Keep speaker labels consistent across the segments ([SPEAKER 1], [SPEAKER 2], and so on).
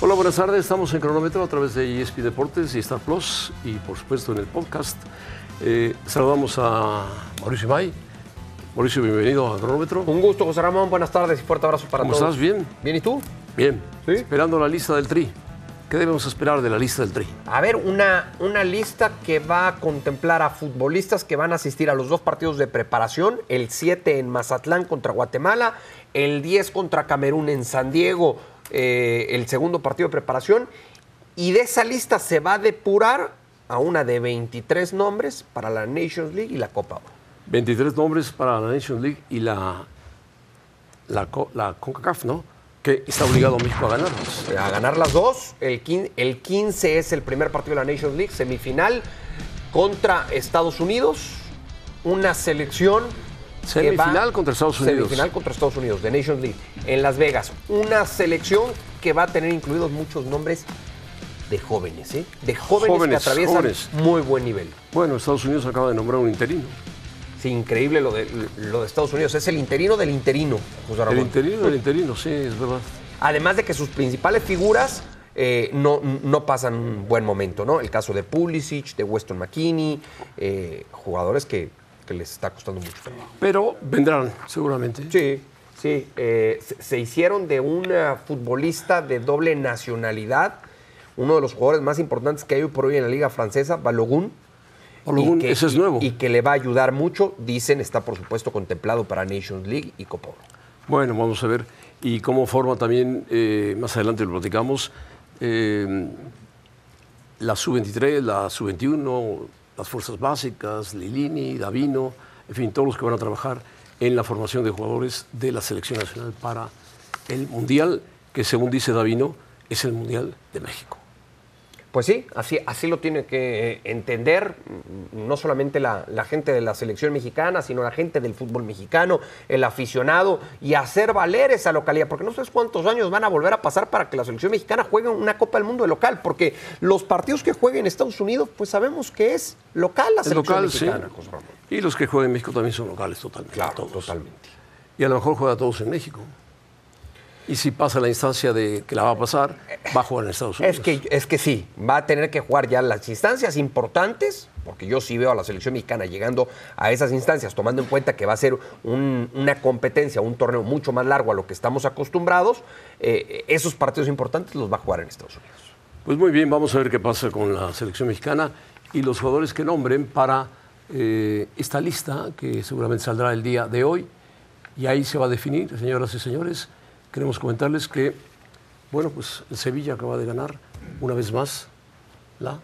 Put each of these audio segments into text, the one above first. [SPEAKER 1] Hola, buenas tardes. Estamos en cronómetro a través de ESP Deportes y Star Plus y por supuesto en el podcast. Eh, saludamos a Mauricio May. Mauricio, bienvenido a cronómetro.
[SPEAKER 2] Un gusto, José Ramón. Buenas tardes y fuerte abrazo para
[SPEAKER 1] ¿Cómo
[SPEAKER 2] todos.
[SPEAKER 1] estás? ¿Bien?
[SPEAKER 2] ¿Bien y tú?
[SPEAKER 1] Bien.
[SPEAKER 2] ¿Sí?
[SPEAKER 1] Esperando la lista del tri. ¿Qué debemos esperar de la lista del tri?
[SPEAKER 2] A ver, una, una lista que va a contemplar a futbolistas que van a asistir a los dos partidos de preparación, el 7 en Mazatlán contra Guatemala, el 10 contra Camerún en San Diego, eh, el segundo partido de preparación, y de esa lista se va a depurar a una de 23 nombres para la Nations League y la Copa Oro.
[SPEAKER 1] 23 nombres para la Nations League y la, la, co- la CONCACAF, ¿no? Que está obligado México a ganarlos.
[SPEAKER 2] a ganar las dos. El quin- el 15, es el primer partido de la Nations League, semifinal contra Estados Unidos. Una selección. que va-
[SPEAKER 1] Semifinal contra Estados Unidos.
[SPEAKER 2] Semifinal contra Estados Unidos, de Nations League, en Las Vegas. Una selección que va a tener incluidos muchos nombres de jóvenes, ¿eh? De jóvenes,
[SPEAKER 1] Jóvenes,
[SPEAKER 2] que atraviesan
[SPEAKER 1] jóvenes.
[SPEAKER 2] muy buen nivel.
[SPEAKER 1] Bueno, Estados Unidos acaba de nombrar un interino.
[SPEAKER 2] Sí, increíble lo de, lo de Estados Unidos. Es el interino del interino, José Ramón.
[SPEAKER 1] El interino del interino, sí, es verdad.
[SPEAKER 2] Además de que sus principales figuras eh, no, no pasan un buen momento, ¿no? El caso de Pulisic, de Weston McKinney, eh, jugadores que, que les está costando mucho trabajo.
[SPEAKER 1] Pero vendrán, seguramente.
[SPEAKER 2] Sí, sí. eh, se, se hicieron de un eh, futbolista de doble nacionalidad, uno de los jugadores más importantes que hay hoy por hoy en la Liga Francesa, Balogun.
[SPEAKER 1] Balogun,
[SPEAKER 2] y que-
[SPEAKER 1] ese es
[SPEAKER 2] y-
[SPEAKER 1] nuevo.
[SPEAKER 2] Y que le va a ayudar mucho, dicen, está por supuesto contemplado para Nations League y Copa Oro.
[SPEAKER 1] Bueno, vamos a ver. Y cómo forma también, eh, más adelante lo platicamos, eh, la sub-23, la sub-21, las fuerzas básicas, Lilini, Davino, en fin, todos los que van a trabajar en la formación de jugadores de la selección nacional para el Mundial, que según dice Davino, es el Mundial de México.
[SPEAKER 2] Pues sí, así, así lo tiene que eh, entender mm, no solamente la, la gente de la selección mexicana, sino la gente del fútbol mexicano, el aficionado, y hacer valer esa localidad, porque no sabes cuántos años van a volver a pasar para que la selección mexicana juegue una Copa del Mundo de local, porque los partidos que juegue en Estados Unidos, pues sabemos que es local la
[SPEAKER 1] Es
[SPEAKER 2] selección
[SPEAKER 1] local,
[SPEAKER 2] mexicana.
[SPEAKER 1] sí.
[SPEAKER 2] José Ramón.
[SPEAKER 1] Y los que juegan en México también son locales totalmente.
[SPEAKER 2] Claro,
[SPEAKER 1] todos.
[SPEAKER 2] totalmente.
[SPEAKER 1] Y a lo mejor juega a todos en México. Y si pasa la instancia de que la va a pasar, va a jugar en Estados Unidos.
[SPEAKER 2] Es que, es que sí, va a tener que jugar ya las instancias importantes, porque yo sí veo a la selección mexicana llegando a esas instancias, tomando en cuenta que va a ser un- una competencia, un torneo mucho más largo a lo que estamos acostumbrados, eh, esos partidos importantes los va a jugar en Estados Unidos.
[SPEAKER 1] Pues muy bien, vamos a ver qué pasa con la selección mexicana y los jugadores que nombren para eh, esta lista que seguramente saldrá el día de hoy. Y ahí se va a definir, señoras y señores. Queremos comentarles que, bueno, pues el Sevilla acaba de ganar una vez más la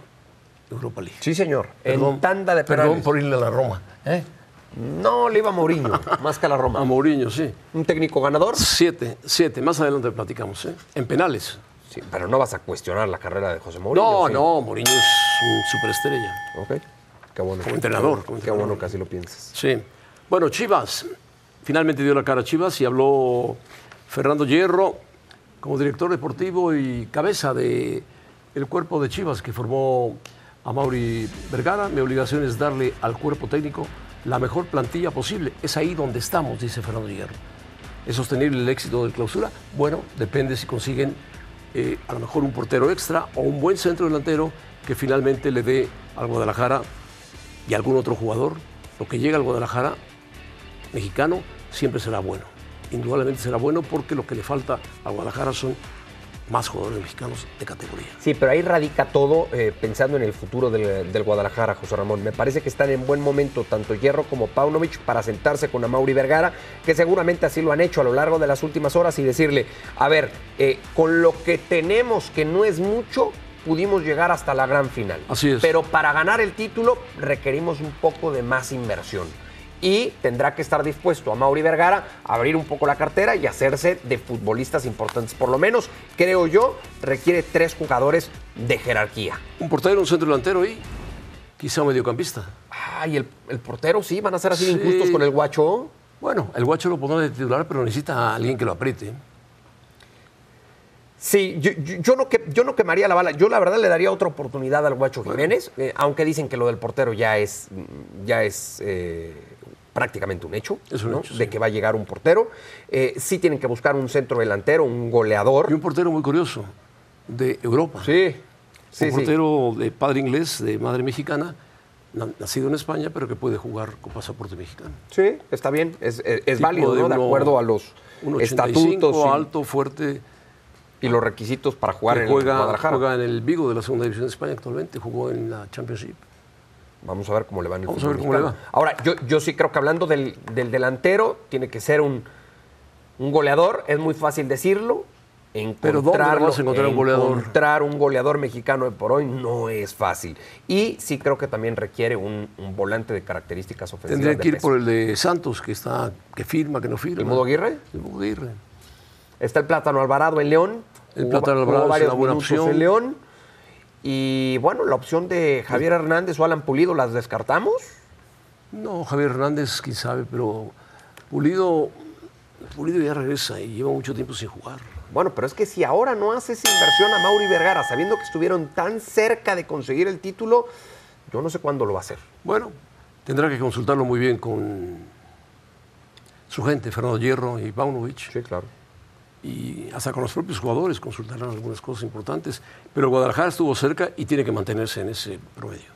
[SPEAKER 1] Europa League.
[SPEAKER 2] Sí, señor.
[SPEAKER 1] Perdón,
[SPEAKER 2] en tanda de
[SPEAKER 1] Perdón
[SPEAKER 2] penales.
[SPEAKER 1] por irle a la Roma. ¿eh?
[SPEAKER 2] No le iba a Mourinho, más que a la
[SPEAKER 1] A
[SPEAKER 2] Roma.
[SPEAKER 1] Mourinho, sí.
[SPEAKER 2] Un técnico ganador,
[SPEAKER 1] Siete, siete. Más adelante platicamos, ¿eh? En penales.
[SPEAKER 2] sí, pero no vas a cuestionar la carrera de José Mourinho.
[SPEAKER 1] No,
[SPEAKER 2] ¿sí?
[SPEAKER 1] no, Mourinho es un superestrella.
[SPEAKER 2] Ok, qué bueno.
[SPEAKER 1] Como entrenador, como
[SPEAKER 2] Qué bueno que así lo piensas.
[SPEAKER 1] Sí. Bueno, Chivas. Finalmente dio la cara a Chivas y habló Fernando Hierro como director deportivo y cabeza de el cuerpo de Chivas que formó a Mauri Vergara. Mi obligación es darle al cuerpo técnico la mejor plantilla posible. Es ahí donde estamos, dice Fernando Hierro. ¿Es sostenible el éxito del clausura? Bueno, depende si consiguen eh, a lo mejor un portero extra o un buen centro delantero que finalmente le dé al Guadalajara y algún otro jugador, lo que llega al Guadalajara mexicano siempre será bueno. Indudablemente será bueno porque lo que le falta a Guadalajara son más jugadores mexicanos de categoría.
[SPEAKER 2] Sí, pero ahí radica todo eh, pensando en el futuro del, del Guadalajara, José Ramón. Me parece que están en buen momento tanto Hierro como Paunovic para sentarse con Amauri Vergara, que seguramente así lo han hecho a lo largo de las últimas horas y decirle, a ver, eh, con lo que tenemos, que no es mucho, pudimos llegar hasta la gran final.
[SPEAKER 1] Así es.
[SPEAKER 2] Pero para ganar el título requerimos un poco de más inversión. Y tendrá que estar dispuesto a Mauri Vergara a abrir un poco la cartera y hacerse de futbolistas importantes. Por lo menos, creo yo, requiere tres jugadores de jerarquía.
[SPEAKER 1] Un portero, un centro delantero y quizá un mediocampista.
[SPEAKER 2] Ay, el, el portero sí, van a ser así de
[SPEAKER 1] Sí.
[SPEAKER 2] injustos con el guacho.
[SPEAKER 1] Bueno, el guacho lo pondrá de titular, pero necesita a alguien que lo apriete.
[SPEAKER 2] Sí, yo, yo- yo no que, yo no quemaría la bala. Yo la verdad le daría otra oportunidad al Guacho Jiménez, eh, aunque dicen que lo del portero ya es, mm, ya es eh, prácticamente un hecho,
[SPEAKER 1] Es un
[SPEAKER 2] ¿no?
[SPEAKER 1] hecho,
[SPEAKER 2] de
[SPEAKER 1] sí.
[SPEAKER 2] que va a llegar un portero. Eh, sí tienen que buscar un centro delantero, un goleador.
[SPEAKER 1] Y un portero muy curioso, de Europa.
[SPEAKER 2] Sí, sí,
[SPEAKER 1] un
[SPEAKER 2] sí.
[SPEAKER 1] portero de padre inglés, de madre mexicana, na- nacido en España, pero que puede jugar con pasaporte mexicano.
[SPEAKER 2] Sí, está bien, es, es- es
[SPEAKER 1] Tipo
[SPEAKER 2] válido,
[SPEAKER 1] de
[SPEAKER 2] ¿no? De
[SPEAKER 1] uno-
[SPEAKER 2] acuerdo a los
[SPEAKER 1] Un 85,
[SPEAKER 2] estatutos y-
[SPEAKER 1] alto, fuerte,
[SPEAKER 2] y, los requisitos para jugar
[SPEAKER 1] que
[SPEAKER 2] en el
[SPEAKER 1] juega,
[SPEAKER 2] Guadalajara.
[SPEAKER 1] juega en el Vigo de la segunda división de España actualmente, jugó en la Championship.
[SPEAKER 2] Vamos a ver cómo le va en el
[SPEAKER 1] Vamos
[SPEAKER 2] fútbol
[SPEAKER 1] a ver cómo le
[SPEAKER 2] mexicano. Ahora, yo, yo sí creo que hablando del, del delantero, tiene que ser un, un goleador, es muy fácil decirlo.
[SPEAKER 1] Pero ¿dónde
[SPEAKER 2] encontrarlo-
[SPEAKER 1] vas a encontrar un goleador?
[SPEAKER 2] Encontrar un goleador mexicano hoy por hoy no es fácil. Y sí creo que también requiere un, un volante de características ofensivas.
[SPEAKER 1] Tendría
[SPEAKER 2] de
[SPEAKER 1] que ir
[SPEAKER 2] peso.
[SPEAKER 1] por el de Santos, que está que firma, que no firma.
[SPEAKER 2] ¿El Mudo Aguirre?
[SPEAKER 1] El Mudo Aguirre.
[SPEAKER 2] Está el Plátano Alvarado en León.
[SPEAKER 1] El
[SPEAKER 2] Jugó-
[SPEAKER 1] Plátano Alvarado
[SPEAKER 2] jugó
[SPEAKER 1] es
[SPEAKER 2] varios
[SPEAKER 1] una buena
[SPEAKER 2] minutos
[SPEAKER 1] opción.
[SPEAKER 2] en León. Y bueno, la opción de Javier Hernández o Alan Pulido, ¿las descartamos?
[SPEAKER 1] No, Javier Hernández, quién sabe, pero Pulido, Pulido ya regresa y lleva mucho tiempo sin jugar.
[SPEAKER 2] Bueno, pero es que si ahora no haces inversión a Mauri Vergara, sabiendo que estuvieron tan cerca de conseguir el título, yo no sé cuándo lo va a hacer.
[SPEAKER 1] Bueno, tendrá que consultarlo muy bien con su gente, Fernando Hierro y Paunovic,
[SPEAKER 2] claro.
[SPEAKER 1] y hasta con los propios jugadores consultarán algunas cosas importantes. Pero Guadalajara estuvo cerca y tiene que mantenerse en ese promedio.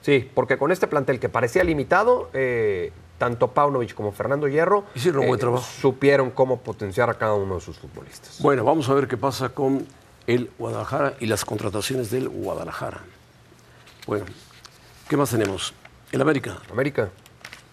[SPEAKER 2] Sí, porque con este plantel que parecía limitado, eh, tanto Paunovic como Fernando Hierro eh,
[SPEAKER 1] Hicieron buen trabajo.
[SPEAKER 2] supieron cómo potenciar a cada uno de sus futbolistas.
[SPEAKER 1] Bueno, vamos a ver qué pasa con el Guadalajara y las contrataciones del Guadalajara. Bueno, ¿qué más tenemos? El América.
[SPEAKER 2] América.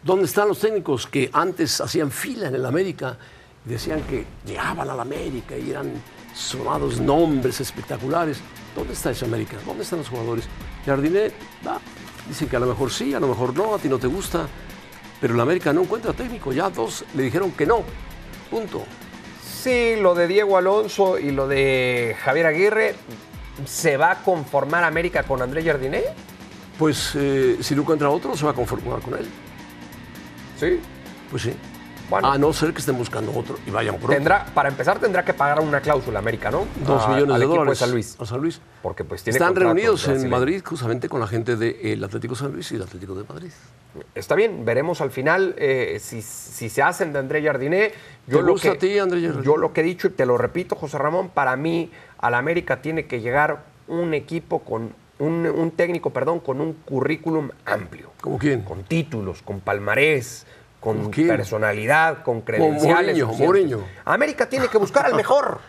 [SPEAKER 1] ¿Dónde están los técnicos que antes hacían fila en el América? y Decían que llegaban al América y eran sonados nombres espectaculares. ¿Dónde está esa América? ¿Dónde están los jugadores? Jardinet, va. Dicen que a lo mejor sí, a lo mejor no, a ti no te gusta. Pero el América no encuentra técnico. Ya dos le dijeron que no. Punto.
[SPEAKER 2] Sí, lo de Diego Alonso y lo de Javier Aguirre, ¿se va a conformar América con André Jardiné?
[SPEAKER 1] Pues eh, si no encuentra otro, se va a conformar con él.
[SPEAKER 2] Sí.
[SPEAKER 1] Pues sí.
[SPEAKER 2] Bueno.
[SPEAKER 1] A no ser que estén buscando otro y vayan por otro.
[SPEAKER 2] Tendrá, para empezar, tendrá que pagar una cláusula América, ¿no?
[SPEAKER 1] Dos
[SPEAKER 2] A-
[SPEAKER 1] millones
[SPEAKER 2] al
[SPEAKER 1] de
[SPEAKER 2] equipo
[SPEAKER 1] dólares.
[SPEAKER 2] de San Luis.
[SPEAKER 1] A San Luis.
[SPEAKER 2] Porque pues tiene
[SPEAKER 1] Están
[SPEAKER 2] contrato
[SPEAKER 1] reunidos en
[SPEAKER 2] brasileño.
[SPEAKER 1] Madrid justamente con la gente del Atlético San Luis y el Atlético de Madrid.
[SPEAKER 2] Está bien, veremos al final eh, si, si se hacen de André Jardiné.
[SPEAKER 1] ¿Te gusta a ti, André Jardiné?
[SPEAKER 2] Yo lo que he dicho y te lo repito, José Ramón, para mí al América tiene que llegar un equipo con un, un técnico, perdón, con un currículum amplio,
[SPEAKER 1] ¿Como quién?
[SPEAKER 2] con títulos, con palmarés, con
[SPEAKER 1] ¿Con quién?
[SPEAKER 2] personalidad, con credenciales.
[SPEAKER 1] Mourinho,
[SPEAKER 2] suficientes.
[SPEAKER 1] Mourinho.
[SPEAKER 2] América tiene que buscar al mejor.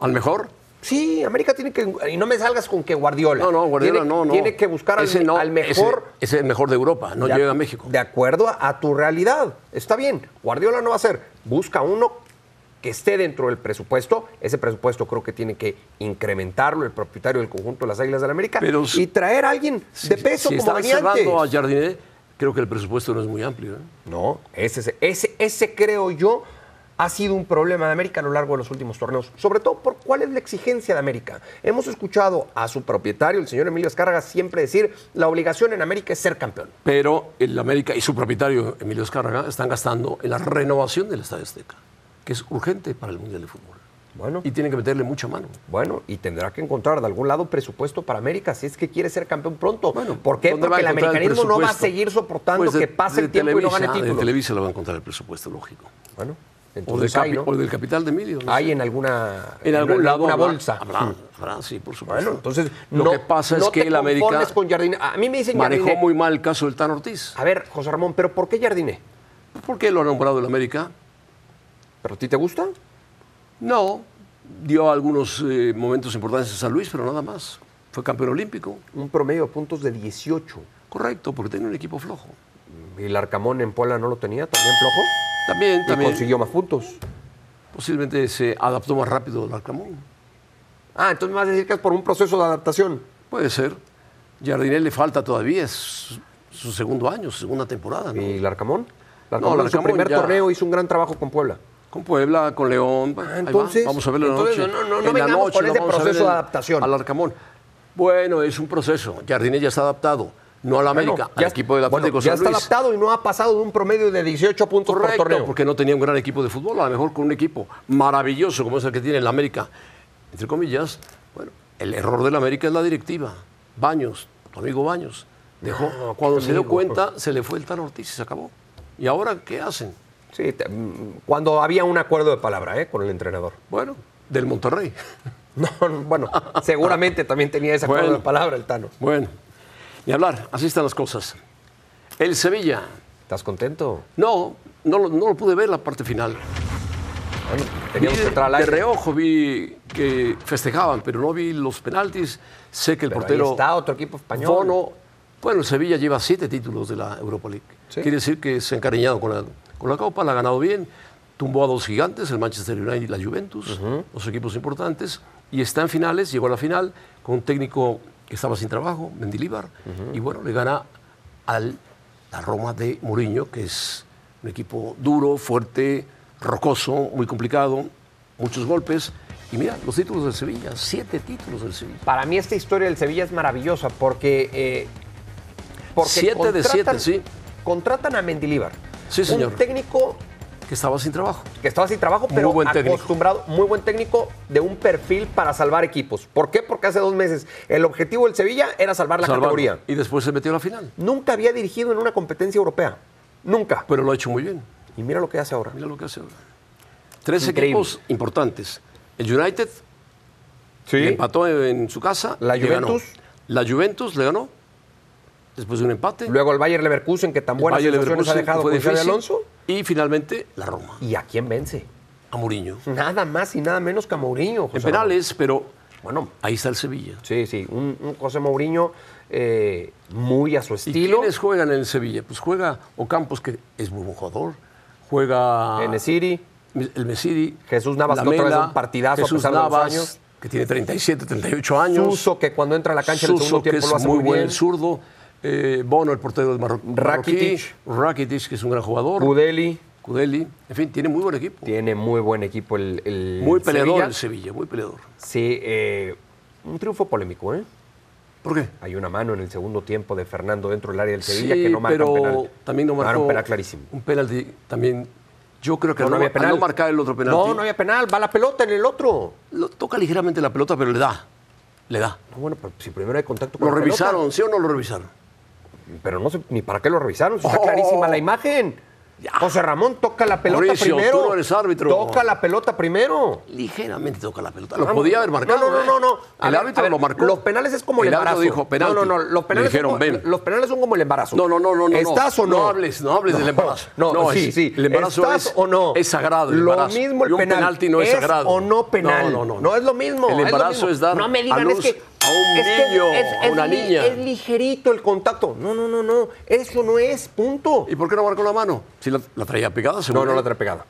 [SPEAKER 1] ¿Al mejor?
[SPEAKER 2] Sí, América tiene que. Y no me salgas con que Guardiola.
[SPEAKER 1] No, no, Guardiola
[SPEAKER 2] Tiene-
[SPEAKER 1] no, no.
[SPEAKER 2] Tiene que buscar al,
[SPEAKER 1] Ese no,
[SPEAKER 2] al mejor.
[SPEAKER 1] Ese, ese es el mejor de Europa, no
[SPEAKER 2] de ac-
[SPEAKER 1] llega a México.
[SPEAKER 2] De acuerdo a, a tu realidad. Está bien. Guardiola no va a ser. Busca uno que esté dentro del presupuesto. Ese presupuesto creo que tiene que incrementarlo el propietario del conjunto de las Águilas del América.
[SPEAKER 1] Pero si-
[SPEAKER 2] y traer a alguien de peso
[SPEAKER 1] si
[SPEAKER 2] como
[SPEAKER 1] están
[SPEAKER 2] venía
[SPEAKER 1] cerrando
[SPEAKER 2] antes.
[SPEAKER 1] a Jardiné, creo que el presupuesto no es muy amplio. ¿eh?
[SPEAKER 2] No, ese, es- ese, ese creo yo ha sido un problema de América a lo largo de los últimos torneos, sobre todo por cuál es la exigencia de América. Hemos escuchado a su propietario, el señor Emilio Escarga, siempre decir, la obligación en América es ser campeón.
[SPEAKER 1] Pero el América y su propietario, Emilio Escárraga, están gastando en la renovación del Estadio Azteca, que es urgente para el Mundial de Fútbol.
[SPEAKER 2] Bueno,
[SPEAKER 1] Y tienen que meterle mucha mano.
[SPEAKER 2] bueno, y tendrá que encontrar de algún lado presupuesto para América si es que quiere ser campeón pronto.
[SPEAKER 1] Bueno,
[SPEAKER 2] ¿Por qué?
[SPEAKER 1] ¿dónde va a
[SPEAKER 2] Porque el
[SPEAKER 1] encontrar
[SPEAKER 2] americanismo no va a
[SPEAKER 1] presupuesto?
[SPEAKER 2] seguir soportando
[SPEAKER 1] Pues de-
[SPEAKER 2] que pase
[SPEAKER 1] de
[SPEAKER 2] el tiempo y no
[SPEAKER 1] Televisa,
[SPEAKER 2] gane
[SPEAKER 1] De
[SPEAKER 2] títulos.
[SPEAKER 1] Televisa le va a encontrar el presupuesto, lógico.
[SPEAKER 2] Bueno,
[SPEAKER 1] O, del
[SPEAKER 2] entonces
[SPEAKER 1] capi-
[SPEAKER 2] hay, ¿no?
[SPEAKER 1] o del capital de Emilio. no
[SPEAKER 2] Hay
[SPEAKER 1] sé.
[SPEAKER 2] en alguna,
[SPEAKER 1] en algún lado
[SPEAKER 2] alguna
[SPEAKER 1] habrá-
[SPEAKER 2] bolsa.
[SPEAKER 1] Habrá, habrá, sí, por supuesto.
[SPEAKER 2] Bueno, entonces
[SPEAKER 1] lo
[SPEAKER 2] no,
[SPEAKER 1] que pasa es
[SPEAKER 2] no
[SPEAKER 1] que
[SPEAKER 2] te
[SPEAKER 1] el América
[SPEAKER 2] conformes con Jardine. A mí me dicen
[SPEAKER 1] manejó
[SPEAKER 2] Jardine.
[SPEAKER 1] muy mal el caso del Tan Ortiz.
[SPEAKER 2] A ver, José Ramón, pero ¿por qué Jardine?
[SPEAKER 1] ¿Por qué lo ha nombrado el América?
[SPEAKER 2] ¿Pero a ti te gusta?
[SPEAKER 1] No, dio algunos eh, momentos importantes a San Luis, pero nada más. Fue campeón olímpico,
[SPEAKER 2] Un promedio de puntos de 18.
[SPEAKER 1] correcto, porque tenía un equipo flojo.
[SPEAKER 2] Y el Arcamón en Puebla no lo tenía, también flojo.
[SPEAKER 1] También,
[SPEAKER 2] Y
[SPEAKER 1] también,
[SPEAKER 2] consiguió más puntos.
[SPEAKER 1] posiblemente se adaptó más rápido al Arcamón.
[SPEAKER 2] Ah, entonces me vas a decir que es por un proceso de adaptación.
[SPEAKER 1] Puede ser. Jardinel le falta todavía, es su segundo año, su segunda temporada. ¿no?
[SPEAKER 2] ¿Y el Arcamón? El
[SPEAKER 1] No,
[SPEAKER 2] Arcamón
[SPEAKER 1] el
[SPEAKER 2] en su
[SPEAKER 1] Larcamón
[SPEAKER 2] primer
[SPEAKER 1] ya-
[SPEAKER 2] torneo hizo un gran trabajo con Puebla.
[SPEAKER 1] Con Puebla, con León. bueno,
[SPEAKER 2] Ah,
[SPEAKER 1] ahí va.
[SPEAKER 2] entonces,
[SPEAKER 1] vamos a verlo en la
[SPEAKER 2] entonces
[SPEAKER 1] noche.
[SPEAKER 2] no- no- no
[SPEAKER 1] En la
[SPEAKER 2] vengamos
[SPEAKER 1] noche
[SPEAKER 2] con
[SPEAKER 1] lo
[SPEAKER 2] ese
[SPEAKER 1] vamos a ver
[SPEAKER 2] proceso de
[SPEAKER 1] en-
[SPEAKER 2] adaptación.
[SPEAKER 1] Al Arcamón. Bueno, es un proceso. Jardine ya está adaptado. No al América,
[SPEAKER 2] Bueno, ya-
[SPEAKER 1] al equipo del Atlético
[SPEAKER 2] bueno, ya
[SPEAKER 1] San
[SPEAKER 2] está
[SPEAKER 1] Luis.
[SPEAKER 2] adaptado y no ha pasado de un promedio de 18 puntos por
[SPEAKER 1] Correcto,
[SPEAKER 2] torneo.
[SPEAKER 1] porque no tenía un gran equipo de fútbol. A lo mejor con un equipo maravilloso como es el que tiene el América. Entre comillas, bueno, el error del América es la directiva. Baños, tu amigo Baños. Dejó.
[SPEAKER 2] No,
[SPEAKER 1] Cuando
[SPEAKER 2] qué
[SPEAKER 1] se dio
[SPEAKER 2] amigo.
[SPEAKER 1] cuenta, se le fue el Tan Ortiz y se acabó. ¿Y ahora qué hacen?
[SPEAKER 2] Sí, te- mm, cuando había un acuerdo de palabra ¿eh? con el entrenador.
[SPEAKER 1] Bueno, del Monterrey.
[SPEAKER 2] No, bueno, seguramente también tenía esa
[SPEAKER 1] Bueno.
[SPEAKER 2] de palabra el Tano.
[SPEAKER 1] Bueno, ni hablar, así están las cosas. El Sevilla,
[SPEAKER 2] ¿Estás contento?
[SPEAKER 1] no, no, lo- no lo pude ver la parte final.
[SPEAKER 2] Bueno, teníamos
[SPEAKER 1] Vi
[SPEAKER 2] que entrar al
[SPEAKER 1] de
[SPEAKER 2] aire.
[SPEAKER 1] reojo vi que festejaban, pero no vi los penaltis. Sé que el
[SPEAKER 2] Pero ahí
[SPEAKER 1] portero
[SPEAKER 2] está otro equipo español.
[SPEAKER 1] Bono, bueno, el Sevilla lleva siete títulos de la Europa League.
[SPEAKER 2] Sí.
[SPEAKER 1] Quiere decir que se ha encariñado con la, con la Copa, la ha ganado bien, tumbó a dos gigantes, el Manchester United y la Juventus, dos equipos importantes, y está en finales, llegó a la final con un técnico que estaba sin trabajo, Mendilibar, y bueno, le gana al la Roma de Mourinho, que es un equipo duro, fuerte, rocoso, muy complicado, muchos golpes. Y mira, los títulos del Sevilla, siete títulos del Sevilla.
[SPEAKER 2] Para mí esta historia del Sevilla es maravillosa porque... eh,
[SPEAKER 1] Siete de
[SPEAKER 2] contratan-
[SPEAKER 1] siete, sí.
[SPEAKER 2] Contratan a Mendilibar.
[SPEAKER 1] Sí, señor.
[SPEAKER 2] Un técnico
[SPEAKER 1] Que estaba sin trabajo.
[SPEAKER 2] que estaba sin trabajo,
[SPEAKER 1] Muy
[SPEAKER 2] pero
[SPEAKER 1] buen técnico.
[SPEAKER 2] acostumbrado, muy buen técnico de un perfil para salvar equipos. ¿Por qué? Porque hace dos meses el objetivo del Sevilla era salvar la
[SPEAKER 1] Salvarlo.
[SPEAKER 2] categoría.
[SPEAKER 1] Y después se metió a la final.
[SPEAKER 2] Nunca había dirigido en una competencia europea. Nunca.
[SPEAKER 1] Pero lo ha hecho muy bien.
[SPEAKER 2] Y mira lo que hace ahora.
[SPEAKER 1] Mira lo que hace ahora. Tres
[SPEAKER 2] Increíble.
[SPEAKER 1] equipos importantes. El United le empató en su casa.
[SPEAKER 2] La
[SPEAKER 1] y le ganó.
[SPEAKER 2] Juventus.
[SPEAKER 1] La Juventus le ganó. Después de un empate.
[SPEAKER 2] Luego el Bayer Leverkusen, que tan
[SPEAKER 1] El
[SPEAKER 2] buenas
[SPEAKER 1] Bayer
[SPEAKER 2] sensaciones ha
[SPEAKER 1] Leverkusen
[SPEAKER 2] dejado con Xabi
[SPEAKER 1] difícil.
[SPEAKER 2] Alonso.
[SPEAKER 1] Y finalmente la Roma.
[SPEAKER 2] ¿Y a quién vence?
[SPEAKER 1] A Mourinho.
[SPEAKER 2] Nada más y nada menos que pues, a Mourinho. José
[SPEAKER 1] en penales, pero
[SPEAKER 2] Bueno.
[SPEAKER 1] ahí está el Sevilla.
[SPEAKER 2] Ramón. Sí, sí. Un, un José Mourinho eh, muy a su
[SPEAKER 1] ¿Y
[SPEAKER 2] estilo.
[SPEAKER 1] quiénes juegan en el Sevilla? Pues juega Ocampos, que es muy buen jugador. Juega.
[SPEAKER 2] Enesiri.
[SPEAKER 1] el Mesiri,
[SPEAKER 2] Jesús Navas, que otra vez un partidazo a
[SPEAKER 1] Jesús
[SPEAKER 2] pesar de los
[SPEAKER 1] Navas,
[SPEAKER 2] años.
[SPEAKER 1] que tiene 37, 38 años.
[SPEAKER 2] Suso, que cuando entra a la cancha en el
[SPEAKER 1] Suso,
[SPEAKER 2] segundo
[SPEAKER 1] que
[SPEAKER 2] tiempo
[SPEAKER 1] es
[SPEAKER 2] lo hace
[SPEAKER 1] muy,
[SPEAKER 2] muy
[SPEAKER 1] buen
[SPEAKER 2] bien.
[SPEAKER 1] zurdo. Eh, Bono, el portero del Marruecos.
[SPEAKER 2] Rakitic.
[SPEAKER 1] Rakitic, que es un gran jugador.
[SPEAKER 2] Cudeli.
[SPEAKER 1] Cudeli. En fin, tiene muy buen equipo.
[SPEAKER 2] Tiene muy buen equipo el, el
[SPEAKER 1] muy peleador
[SPEAKER 2] Sevilla.
[SPEAKER 1] el Sevilla, muy peleador.
[SPEAKER 2] Sí, eh, un triunfo polémico, ¿eh?
[SPEAKER 1] ¿Por qué?
[SPEAKER 2] Hay una mano en el segundo tiempo de Fernando dentro del área del Sevilla que no marca
[SPEAKER 1] pero
[SPEAKER 2] un penal.
[SPEAKER 1] también no marcó.
[SPEAKER 2] Era un penal clarísimo.
[SPEAKER 1] Un penalti también. Yo creo que al no, al no marcar el otro penalti.
[SPEAKER 2] No, no había penal. Va la pelota en el otro.
[SPEAKER 1] Lo toca ligeramente la pelota, pero le da. Le da.
[SPEAKER 2] No, Bueno, pero si primero hay contacto con
[SPEAKER 1] Lo
[SPEAKER 2] la pelota.
[SPEAKER 1] revisaron, ¿sí o no lo revisaron?
[SPEAKER 2] Pero no sé ni para qué lo revisaron. si está
[SPEAKER 1] Oh.
[SPEAKER 2] clarísima la imagen.
[SPEAKER 1] Ya.
[SPEAKER 2] José Ramón toca la pelota
[SPEAKER 1] Mauricio,
[SPEAKER 2] primero.
[SPEAKER 1] tú no eres árbitro.
[SPEAKER 2] Toca la pelota primero.
[SPEAKER 1] ligeramente toca la pelota. Lo
[SPEAKER 2] Vamos.
[SPEAKER 1] podía haber marcado.
[SPEAKER 2] No, no,
[SPEAKER 1] ¿eh?
[SPEAKER 2] no, no. no. A
[SPEAKER 1] El
[SPEAKER 2] ver,
[SPEAKER 1] árbitro
[SPEAKER 2] a ver,
[SPEAKER 1] lo marcó.
[SPEAKER 2] Los penales es como el,
[SPEAKER 1] el
[SPEAKER 2] embarazo.
[SPEAKER 1] árbitro dijo penalti.
[SPEAKER 2] No, no, no. Los penales,
[SPEAKER 1] Le dijeron,
[SPEAKER 2] son, como-
[SPEAKER 1] ven.
[SPEAKER 2] los penales son como el embarazo.
[SPEAKER 1] No, no, no, no, no.
[SPEAKER 2] ¿Estás o no?
[SPEAKER 1] No hables, no hables del embarazo.
[SPEAKER 2] No,
[SPEAKER 1] No,
[SPEAKER 2] sí,
[SPEAKER 1] es-
[SPEAKER 2] sí.
[SPEAKER 1] el embarazo
[SPEAKER 2] ¿Estás
[SPEAKER 1] es-
[SPEAKER 2] o no?
[SPEAKER 1] es sagrado, el
[SPEAKER 2] lo
[SPEAKER 1] embarazo.
[SPEAKER 2] mismo el
[SPEAKER 1] Y un
[SPEAKER 2] penal.
[SPEAKER 1] penalti no es sagrado.
[SPEAKER 2] o no penal.
[SPEAKER 1] No, no, no, no.
[SPEAKER 2] es lo mismo.
[SPEAKER 1] El
[SPEAKER 2] es lo
[SPEAKER 1] embarazo
[SPEAKER 2] mismo.
[SPEAKER 1] es dar
[SPEAKER 2] No me digan,
[SPEAKER 1] a luz
[SPEAKER 2] es que.
[SPEAKER 1] a un
[SPEAKER 2] es que
[SPEAKER 1] niño,
[SPEAKER 2] es-
[SPEAKER 1] a
[SPEAKER 2] es
[SPEAKER 1] una
[SPEAKER 2] li-
[SPEAKER 1] niña.
[SPEAKER 2] Es ligerito el contacto. No, no, no, no. Eso no es. Punto.
[SPEAKER 1] ¿Y por qué no marcó la mano? Si la, la traía pegada, seguro.
[SPEAKER 2] No, no la trae pegada.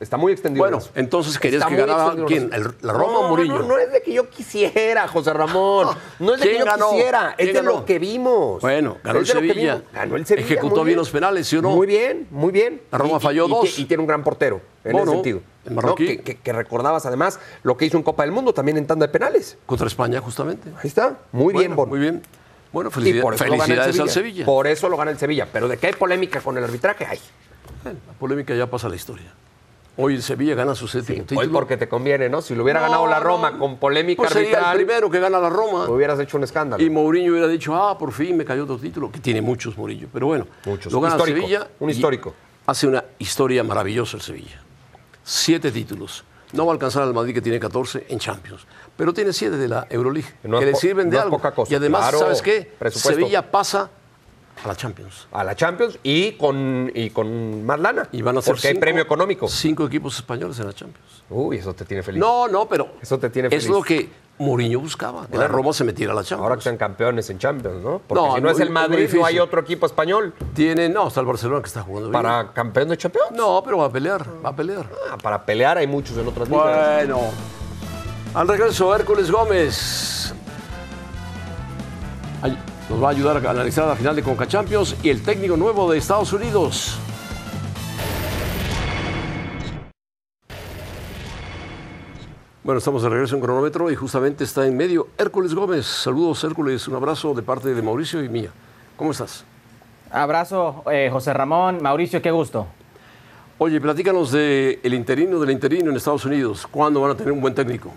[SPEAKER 2] Está muy extendido.
[SPEAKER 1] Bueno,
[SPEAKER 2] el brazo.
[SPEAKER 1] entonces querías
[SPEAKER 2] Está
[SPEAKER 1] que
[SPEAKER 2] muy
[SPEAKER 1] ganara
[SPEAKER 2] extendido
[SPEAKER 1] quién?
[SPEAKER 2] brazo.
[SPEAKER 1] ¿El- la Roma
[SPEAKER 2] No,
[SPEAKER 1] o
[SPEAKER 2] no,
[SPEAKER 1] Murillo?
[SPEAKER 2] No, no es de que yo quisiera, José Ramón. No es de que
[SPEAKER 1] ¿Quién
[SPEAKER 2] yo
[SPEAKER 1] ganó?
[SPEAKER 2] quisiera. Es
[SPEAKER 1] ¿Quién
[SPEAKER 2] de
[SPEAKER 1] ganó?
[SPEAKER 2] lo que vimos.
[SPEAKER 1] Bueno, ganó
[SPEAKER 2] Es
[SPEAKER 1] el
[SPEAKER 2] de lo que
[SPEAKER 1] Sevilla.
[SPEAKER 2] vimos. Ganó el Sevilla.
[SPEAKER 1] Ejecutó
[SPEAKER 2] muy
[SPEAKER 1] bien los penales, ¿sí o no?
[SPEAKER 2] Muy bien, muy bien.
[SPEAKER 1] La Roma falló
[SPEAKER 2] y-
[SPEAKER 1] dos.
[SPEAKER 2] Y, tiene un gran portero en
[SPEAKER 1] Bono,
[SPEAKER 2] ese sentido.
[SPEAKER 1] el marroquí.
[SPEAKER 2] Que, que- que recordabas además lo que hizo en Copa del Mundo también en tanda de penales.
[SPEAKER 1] Contra España, justamente.
[SPEAKER 2] Ahí está. Muy
[SPEAKER 1] Bueno,
[SPEAKER 2] bien, Bono.
[SPEAKER 1] Muy bien. Bueno,
[SPEAKER 2] Y
[SPEAKER 1] felicidad-
[SPEAKER 2] por eso lo gana el
[SPEAKER 1] felicidades al Sevilla.
[SPEAKER 2] Por eso lo gana el Sevilla. Pero de que hay polémica con el arbitraje, hay.
[SPEAKER 1] Bueno, La polémica ya pasa a la historia. Hoy el Sevilla gana su séptimo título.
[SPEAKER 2] Hoy porque te conviene, ¿no? Si lo hubiera
[SPEAKER 1] pues, No,
[SPEAKER 2] ganado la Roma
[SPEAKER 1] no.
[SPEAKER 2] con polémica
[SPEAKER 1] Pues sería
[SPEAKER 2] arbitral,
[SPEAKER 1] el primero que gana la Roma.
[SPEAKER 2] hubieras hecho un escándalo.
[SPEAKER 1] Y Mourinho hubiera dicho, ah, por fin me cayó otro título, que tiene muchos Mourinho, pero bueno,
[SPEAKER 2] Muchos.
[SPEAKER 1] lo gana
[SPEAKER 2] Histórico,
[SPEAKER 1] Sevilla.
[SPEAKER 2] un
[SPEAKER 1] y
[SPEAKER 2] histórico.
[SPEAKER 1] Hace una historia maravillosa el Sevilla. Siete títulos. No va a alcanzar al Madrid que tiene 14 en Champions, pero tiene siete de la Euroleague,
[SPEAKER 2] No es
[SPEAKER 1] que le
[SPEAKER 2] po-
[SPEAKER 1] sirven de
[SPEAKER 2] no es
[SPEAKER 1] algo.
[SPEAKER 2] poca cosa,
[SPEAKER 1] y además,
[SPEAKER 2] claro,
[SPEAKER 1] ¿sabes qué?
[SPEAKER 2] presupuesto.
[SPEAKER 1] Sevilla pasa a la Champions.
[SPEAKER 2] a la Champions y con, y con más lana.
[SPEAKER 1] Y van a ser
[SPEAKER 2] porque hay
[SPEAKER 1] cinco-
[SPEAKER 2] premio económico.
[SPEAKER 1] Cinco equipos españoles en la Champions.
[SPEAKER 2] Uy, eso te tiene feliz.
[SPEAKER 1] No, no, pero
[SPEAKER 2] Eso te tiene
[SPEAKER 1] es
[SPEAKER 2] feliz.
[SPEAKER 1] lo que Mourinho buscaba, que la
[SPEAKER 2] Claro.
[SPEAKER 1] Roma se metiera a la Champions.
[SPEAKER 2] Ahora que sean campeones en Champions, ¿no? Porque
[SPEAKER 1] No,
[SPEAKER 2] si no
[SPEAKER 1] muy-
[SPEAKER 2] es el
[SPEAKER 1] muy
[SPEAKER 2] Madrid, no hay
[SPEAKER 1] difícil.
[SPEAKER 2] otro equipo español
[SPEAKER 1] Tiene, no, está el Barcelona que está jugando bien.
[SPEAKER 2] para campeón de Champions.
[SPEAKER 1] No, pero va a pelear, va a pelear.
[SPEAKER 2] Ah, para pelear hay muchos en otras ligas.
[SPEAKER 1] Bueno, al regreso Hércules Gómez Ay, nos va a ayudar a analizar la final de Conca Champions y el técnico nuevo de Estados Unidos. Bueno, estamos de regreso en cronómetro y justamente está en medio Hércules Gómez. Saludos Hércules, un abrazo de parte de Mauricio y mía. ¿Cómo estás?
[SPEAKER 3] Abrazo, eh, José Ramón, Mauricio, qué gusto.
[SPEAKER 1] Oye, platícanos del el interino del interino en Estados Unidos. ¿Cuándo van a tener un buen técnico?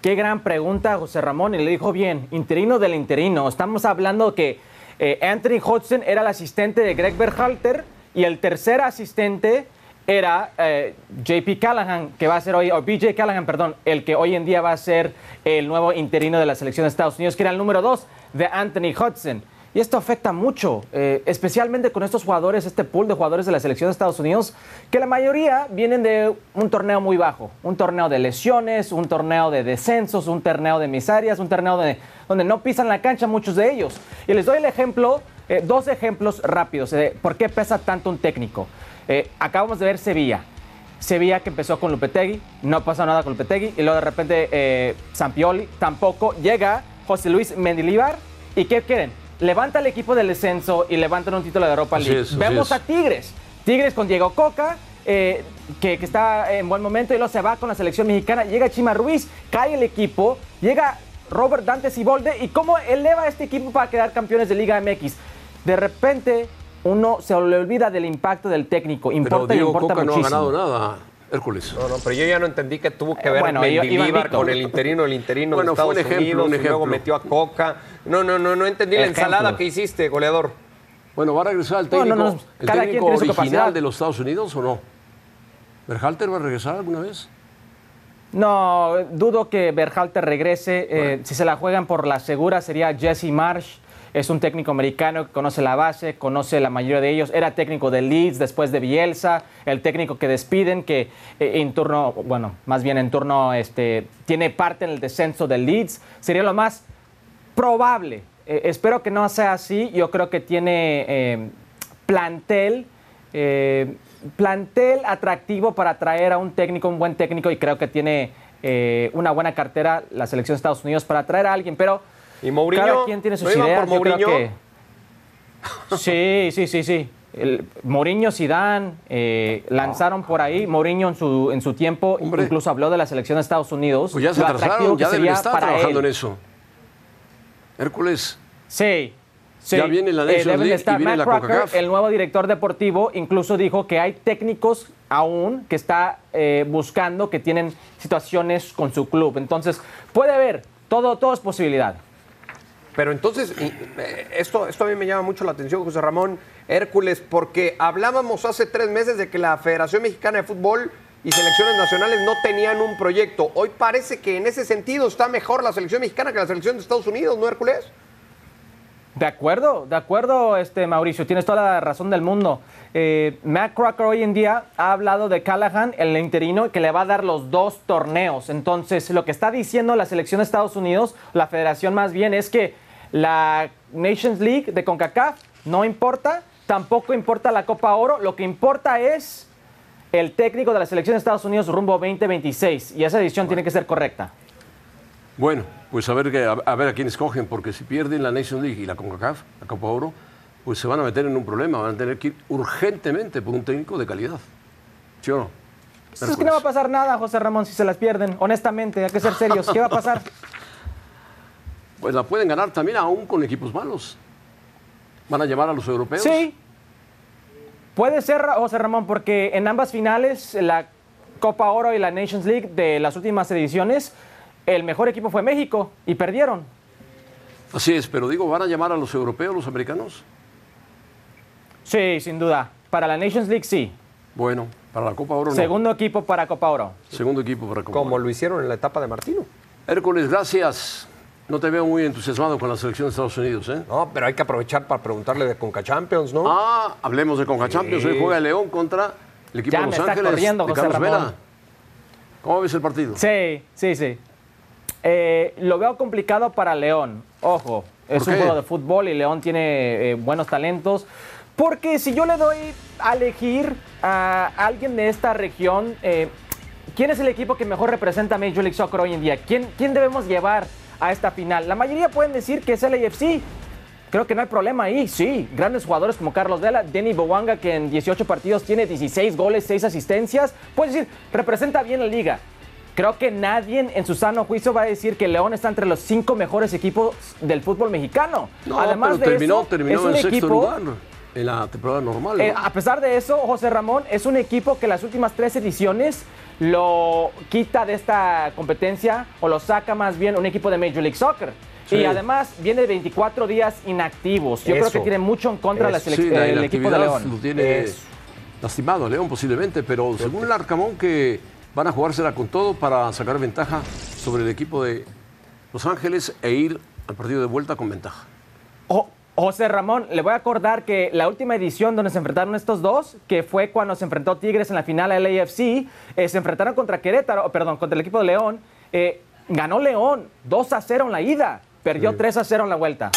[SPEAKER 3] Qué gran pregunta, José Ramón, y le dijo bien, interino del interino. Estamos hablando que eh, Anthony Hodgson era el asistente de Greg Berhalter y el tercer asistente era eh, JP Callahan, que va a ser hoy, o BJ Callahan, perdón, el que hoy en día va a ser el nuevo interino de la selección de Estados Unidos, que era el número dos de Anthony Hudson. Y esto afecta mucho, eh, especialmente con estos jugadores, este pool de jugadores de la selección de Estados Unidos, que la mayoría vienen de un torneo muy bajo, un torneo de lesiones, un torneo de descensos, un torneo de miserias, un torneo de, donde no pisan la cancha muchos de ellos. Y les doy el ejemplo, eh, dos ejemplos rápidos, eh, de por qué pesa tanto un técnico. Eh, acabamos de ver Sevilla. Sevilla que empezó con Lupetegui, no pasó nada con Lupetegui, y luego de repente eh, Sampioli tampoco. Llega José Luis Mendilibar, ¿y qué quieren? Levanta el equipo del descenso y levantan un título de Europa
[SPEAKER 1] Así
[SPEAKER 3] League.
[SPEAKER 1] es, así
[SPEAKER 3] Vemos
[SPEAKER 1] es.
[SPEAKER 3] a Tigres, Tigres con Diego Coca, eh, que, que está en buen momento, y luego se va con la selección mexicana. Llega Chima Ruiz, cae el equipo, llega Robert Dante Sibolde, y cómo eleva a este equipo para quedar campeones de Liga MX. De repente, uno se le olvida del impacto del técnico.
[SPEAKER 1] Pero
[SPEAKER 3] Importa, y
[SPEAKER 1] Diego
[SPEAKER 3] importa
[SPEAKER 1] Coca no ha
[SPEAKER 3] muchísimo.
[SPEAKER 1] ganado nada, Hércules.
[SPEAKER 2] No, no, pero yo ya no entendí que tuvo que
[SPEAKER 3] Eh,
[SPEAKER 2] ver
[SPEAKER 3] bueno, iba- iba
[SPEAKER 2] Mendilíbar
[SPEAKER 3] invicto.
[SPEAKER 2] con el interino, el interino
[SPEAKER 1] Bueno,
[SPEAKER 2] de Estados
[SPEAKER 1] fue un ejemplo,
[SPEAKER 2] Unidos,
[SPEAKER 1] un
[SPEAKER 2] y luego
[SPEAKER 1] ejemplo.
[SPEAKER 2] metió a Coca. No, no, no, no entendí la
[SPEAKER 3] Ejemplo.
[SPEAKER 2] ensalada que hiciste, goleador.
[SPEAKER 1] Bueno, ¿va a regresar el
[SPEAKER 3] No,
[SPEAKER 1] técnico,
[SPEAKER 3] no, no,
[SPEAKER 1] el
[SPEAKER 3] cada quien
[SPEAKER 1] técnico
[SPEAKER 3] tiene su
[SPEAKER 1] original
[SPEAKER 3] capacidad.
[SPEAKER 1] de los Estados Unidos o no? ¿Berhalter va a regresar alguna vez?
[SPEAKER 3] No, dudo que Berhalter regrese. Eh, Si se la juegan por la segura sería Jesse Marsh. Es un técnico americano que conoce la base, conoce la mayoría de ellos. Era técnico de Leeds después de Bielsa, el técnico que despiden, que eh, en turno, bueno, más bien en turno, este, tiene parte en el descenso de Leeds. Sería lo más probable. Eh, espero que no sea así. Yo creo que tiene eh, plantel. eh, plantel atractivo para atraer a un técnico, un buen técnico, y creo que tiene eh, una buena cartera la selección de Estados Unidos para atraer a alguien, pero
[SPEAKER 2] ¿Y Mourinho?
[SPEAKER 3] cada quien tiene sus
[SPEAKER 2] ¿No iban
[SPEAKER 3] ideas.
[SPEAKER 2] por
[SPEAKER 3] Yo creo
[SPEAKER 2] Mourinho?
[SPEAKER 3] que- Sí, sí, sí, sí. El, Mourinho, Zidane, eh, lanzaron por ahí. Mourinho en su, en su tiempo
[SPEAKER 1] Hombre.
[SPEAKER 3] incluso habló de la selección de Estados Unidos.
[SPEAKER 1] Pues ya se
[SPEAKER 3] lo atractivo
[SPEAKER 1] atrasaron,
[SPEAKER 3] que
[SPEAKER 1] ya deben
[SPEAKER 3] sería
[SPEAKER 1] estar
[SPEAKER 3] para
[SPEAKER 1] trabajando
[SPEAKER 3] él.
[SPEAKER 1] en eso. Hércules,
[SPEAKER 3] Sí. sí. Eh,
[SPEAKER 1] Ya viene la Nations
[SPEAKER 3] deben de
[SPEAKER 1] League y
[SPEAKER 3] estar.
[SPEAKER 1] viene
[SPEAKER 3] Matt
[SPEAKER 1] la
[SPEAKER 3] Crocker,
[SPEAKER 1] CONCACAF.
[SPEAKER 3] el nuevo director deportivo, incluso dijo que hay técnicos aún que está eh, buscando que tienen situaciones con su club. Entonces, puede haber, todo, todo es posibilidad.
[SPEAKER 2] Pero entonces, y, eh, esto, esto a mí me llama mucho la atención, José Ramón Hércules, porque hablábamos hace tres meses de que la Federación Mexicana de Fútbol y selecciones nacionales no tenían un proyecto. Hoy parece que en ese sentido está mejor la selección mexicana que la selección de Estados Unidos, ¿no, Hércules?
[SPEAKER 3] De acuerdo, de acuerdo, este Mauricio, tienes toda la razón del mundo. Eh, Matt Crocker hoy en día ha hablado de Callahan, el interino, que le va a dar los dos torneos. Entonces, lo que está diciendo la selección de Estados Unidos, la federación más bien, es que la Nations League de CONCACAF no importa, tampoco importa la Copa Oro, lo que importa es el técnico de la selección de Estados Unidos rumbo 2026. Y esa decisión tiene que ser correcta.
[SPEAKER 1] bueno, pues a ver, que- a, a ver a quién escogen, porque si pierden la Nation League y la CONCACAF, la Copa Oro, pues se van a meter en un problema, van a tener que ir urgentemente por un técnico de calidad. ¿Sí o no?
[SPEAKER 3] Pues es que no va a
[SPEAKER 1] Hércules.
[SPEAKER 3] pasar nada, José Ramón, si se las pierden. Honestamente, hay que ser serios. ¿Qué va a pasar?
[SPEAKER 1] Pues la pueden ganar también aún con equipos malos. ¿Van a llamar a los europeos?
[SPEAKER 3] Sí. Puede ser, Ra- José Ramón, porque en ambas finales, la Copa Oro y la Nations League de las últimas ediciones, el mejor equipo fue México y perdieron.
[SPEAKER 1] Así es, pero digo, ¿van a llamar a los europeos, los americanos?
[SPEAKER 3] Sí, sin duda. Para la Nations League sí.
[SPEAKER 1] Bueno, para la Copa Oro no.
[SPEAKER 3] Segundo equipo para Copa Oro.
[SPEAKER 1] Segundo equipo para Copa
[SPEAKER 2] Como lo hicieron en la etapa de Martino.
[SPEAKER 1] Hércules, gracias. No te veo muy entusiasmado con la selección de Estados Unidos, ¿eh?
[SPEAKER 2] No, pero hay que aprovechar para preguntarle de Conca Champions, ¿no?
[SPEAKER 1] Ah, hablemos de Conca Champions. Hoy juega León contra el equipo
[SPEAKER 3] Ya
[SPEAKER 1] de
[SPEAKER 3] me
[SPEAKER 1] Los
[SPEAKER 3] está
[SPEAKER 1] Ángeles
[SPEAKER 3] corriendo,
[SPEAKER 1] de
[SPEAKER 3] José
[SPEAKER 1] Carlos
[SPEAKER 3] Ramón.
[SPEAKER 1] Vela. ¿Cómo ves el partido?
[SPEAKER 3] Sí, sí, sí. Eh, lo veo complicado para León. Ojo, es
[SPEAKER 1] ¿Por
[SPEAKER 3] un
[SPEAKER 1] qué?
[SPEAKER 3] juego de fútbol y León tiene eh, buenos talentos. Porque si yo le doy a elegir a alguien de esta región, eh, ¿quién es el equipo que mejor representa a Major League Soccer hoy en día? ¿Quién, ¿Quién debemos llevar a esta final? La mayoría pueden decir que es el AFC. Creo que no hay problema ahí, sí. Grandes jugadores como Carlos Vela, Denny Bowanga, que en 18 partidos tiene 16 goles, 6 asistencias. Puedes decir, representa bien la liga. Creo que nadie en su sano juicio va a decir que León está entre los cinco mejores equipos del fútbol mexicano.
[SPEAKER 1] No,
[SPEAKER 3] Además
[SPEAKER 1] pero
[SPEAKER 3] de
[SPEAKER 1] terminó,
[SPEAKER 3] eso,
[SPEAKER 1] terminó
[SPEAKER 3] es
[SPEAKER 1] en
[SPEAKER 3] un
[SPEAKER 1] sexto
[SPEAKER 3] equipo,
[SPEAKER 1] lugar en la temporada normal.
[SPEAKER 3] eh,
[SPEAKER 1] ¿no?
[SPEAKER 3] a pesar de eso, José Ramón es un equipo que las últimas tres ediciones lo quita de esta competencia o lo saca más bien un equipo de Major League Soccer.
[SPEAKER 1] Sí.
[SPEAKER 3] Y además viene de 24 días inactivos. Yo creo
[SPEAKER 2] Eso.
[SPEAKER 3] que tiene mucho en contra la
[SPEAKER 2] Eso.
[SPEAKER 3] selec-
[SPEAKER 1] Sí, la
[SPEAKER 3] el equipo de
[SPEAKER 1] inactividad
[SPEAKER 3] León.
[SPEAKER 1] lo tiene,
[SPEAKER 2] Es-
[SPEAKER 1] la lastimado a León posiblemente, pero según el Arcamón que van a jugársela con todo para sacar ventaja sobre el equipo de Los Ángeles e ir al partido de vuelta con ventaja.
[SPEAKER 3] Jo- José Ramón, le voy a acordar que la última edición donde se enfrentaron estos dos, que fue cuando se enfrentó Tigres en la final al AFC, eh, se enfrentaron contra Querétaro, oh, perdón, contra el equipo de León. eh, ganó León 2 a 0 en la ida, perdió 3 a 0 en la vuelta.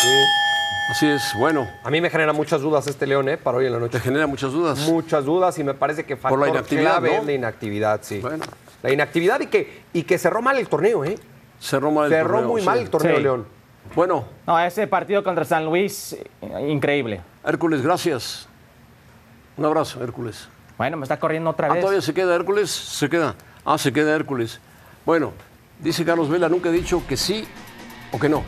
[SPEAKER 1] Así es, bueno,
[SPEAKER 2] A mí me genera muchas dudas este León, ¿eh? Para hoy en la
[SPEAKER 1] te
[SPEAKER 2] noche.
[SPEAKER 1] genera muchas dudas.
[SPEAKER 2] Muchas dudas y me parece que
[SPEAKER 1] la
[SPEAKER 2] factor
[SPEAKER 1] inactividad,
[SPEAKER 2] clave
[SPEAKER 1] ¿no?
[SPEAKER 2] es la inactividad, sí.
[SPEAKER 1] Bueno.
[SPEAKER 2] La inactividad y que, y que cerró mal el torneo, ¿eh?
[SPEAKER 1] Cerró mal el
[SPEAKER 2] cerró
[SPEAKER 1] torneo,
[SPEAKER 2] muy
[SPEAKER 1] sí.
[SPEAKER 2] mal el torneo
[SPEAKER 3] Sí.
[SPEAKER 2] León.
[SPEAKER 1] Bueno,
[SPEAKER 3] No, ese partido contra San Luis, eh, increíble.
[SPEAKER 1] Hércules, gracias. Un abrazo, Hércules.
[SPEAKER 3] Bueno, me está corriendo otra
[SPEAKER 1] Ah,
[SPEAKER 3] vez.
[SPEAKER 1] todavía se queda Hércules, se queda. Ah, se queda Hércules. Bueno, dice Carlos Vela, nunca he dicho que sí o que no.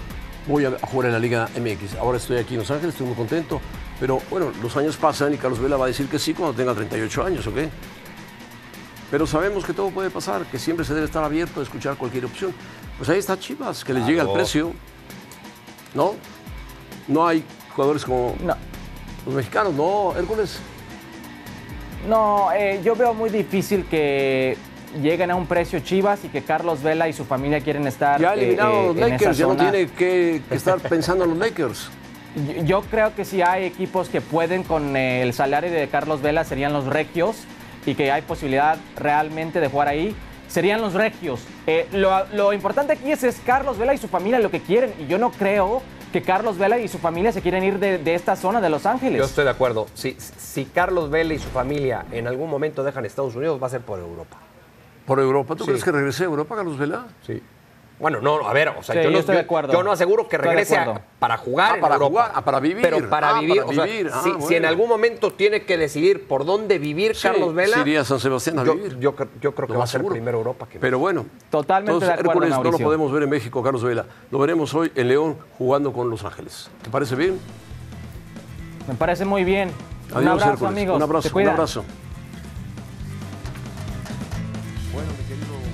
[SPEAKER 1] Voy a a jugar en la Liga MX. Ahora estoy aquí en Los Ángeles, estoy muy contento. Pero bueno, los años pasan y Carlos Vela va a decir que sí cuando tenga 38 años, ¿ok? Pero sabemos que todo puede pasar, que siempre se debe estar abierto a escuchar cualquier opción. Pues ahí está Chivas, que les llega el precio. ¿No? No hay jugadores como
[SPEAKER 3] No,
[SPEAKER 1] los mexicanos, no, Hércules.
[SPEAKER 3] no eh, yo veo muy difícil que lleguen a un precio Chivas y que Carlos Vela y su familia quieren estar
[SPEAKER 1] Ya ha
[SPEAKER 3] eh,
[SPEAKER 1] eliminado
[SPEAKER 3] eh,
[SPEAKER 1] a los
[SPEAKER 3] en esa
[SPEAKER 1] Lakers, ya no
[SPEAKER 3] zona.
[SPEAKER 1] tiene que, que estar pensando en los Lakers.
[SPEAKER 3] Yo- Yo creo que si hay equipos que pueden con eh, el salario de Carlos Vela serían los Regios y que hay posibilidad realmente de jugar ahí. Serían los Regios. Eh, lo, lo importante aquí es, es Carlos Vela y su familia lo que quieren. Y yo no creo que Carlos Vela y su familia se quieren ir de, de esta zona de Los Ángeles.
[SPEAKER 2] Yo estoy de acuerdo. Si, si Carlos Vela y su familia en algún momento dejan Estados Unidos, va a ser por Europa.
[SPEAKER 1] Por Europa. ¿Tú
[SPEAKER 2] Sí.
[SPEAKER 1] crees que regrese a Europa, Carlos Vela?
[SPEAKER 2] Sí. Bueno, no, a ver, o sea,
[SPEAKER 3] Sí,
[SPEAKER 2] yo,
[SPEAKER 3] yo
[SPEAKER 2] no,
[SPEAKER 3] estoy de acuerdo.
[SPEAKER 2] yo no aseguro que
[SPEAKER 3] Estoy de
[SPEAKER 2] regrese a-
[SPEAKER 3] acuerdo.
[SPEAKER 2] para jugar.
[SPEAKER 1] Ah,
[SPEAKER 2] en
[SPEAKER 1] para
[SPEAKER 2] Europa.
[SPEAKER 1] jugar, ah, para vivir.
[SPEAKER 2] Pero para
[SPEAKER 1] Ah,
[SPEAKER 2] vivir,
[SPEAKER 1] para
[SPEAKER 2] o sea,
[SPEAKER 1] vivir. Ah,
[SPEAKER 2] si, si en
[SPEAKER 1] bueno.
[SPEAKER 2] algún momento tiene que decidir por dónde vivir Carlos Vela.
[SPEAKER 1] Sí, iría a San Sebastián a
[SPEAKER 2] yo,
[SPEAKER 1] vivir.
[SPEAKER 2] yo cre- yo creo que
[SPEAKER 1] Lo
[SPEAKER 2] va a
[SPEAKER 1] más
[SPEAKER 2] ser
[SPEAKER 1] seguro.
[SPEAKER 2] primero Europa que
[SPEAKER 1] Pero bueno.
[SPEAKER 3] Totalmente
[SPEAKER 1] entonces,
[SPEAKER 3] de acuerdo,
[SPEAKER 1] Hércules no lo
[SPEAKER 3] Mauricio.
[SPEAKER 1] podemos ver en México, Carlos Vela. Lo veremos hoy en León jugando con Los Ángeles. ¿Te parece bien?
[SPEAKER 3] Me parece muy bien. un
[SPEAKER 1] Adiós,
[SPEAKER 3] abrazo,
[SPEAKER 1] Hércules.
[SPEAKER 3] amigos.
[SPEAKER 1] Un
[SPEAKER 3] Se
[SPEAKER 1] abrazo, un
[SPEAKER 3] cuidan.
[SPEAKER 1] abrazo. Bueno, mi querido.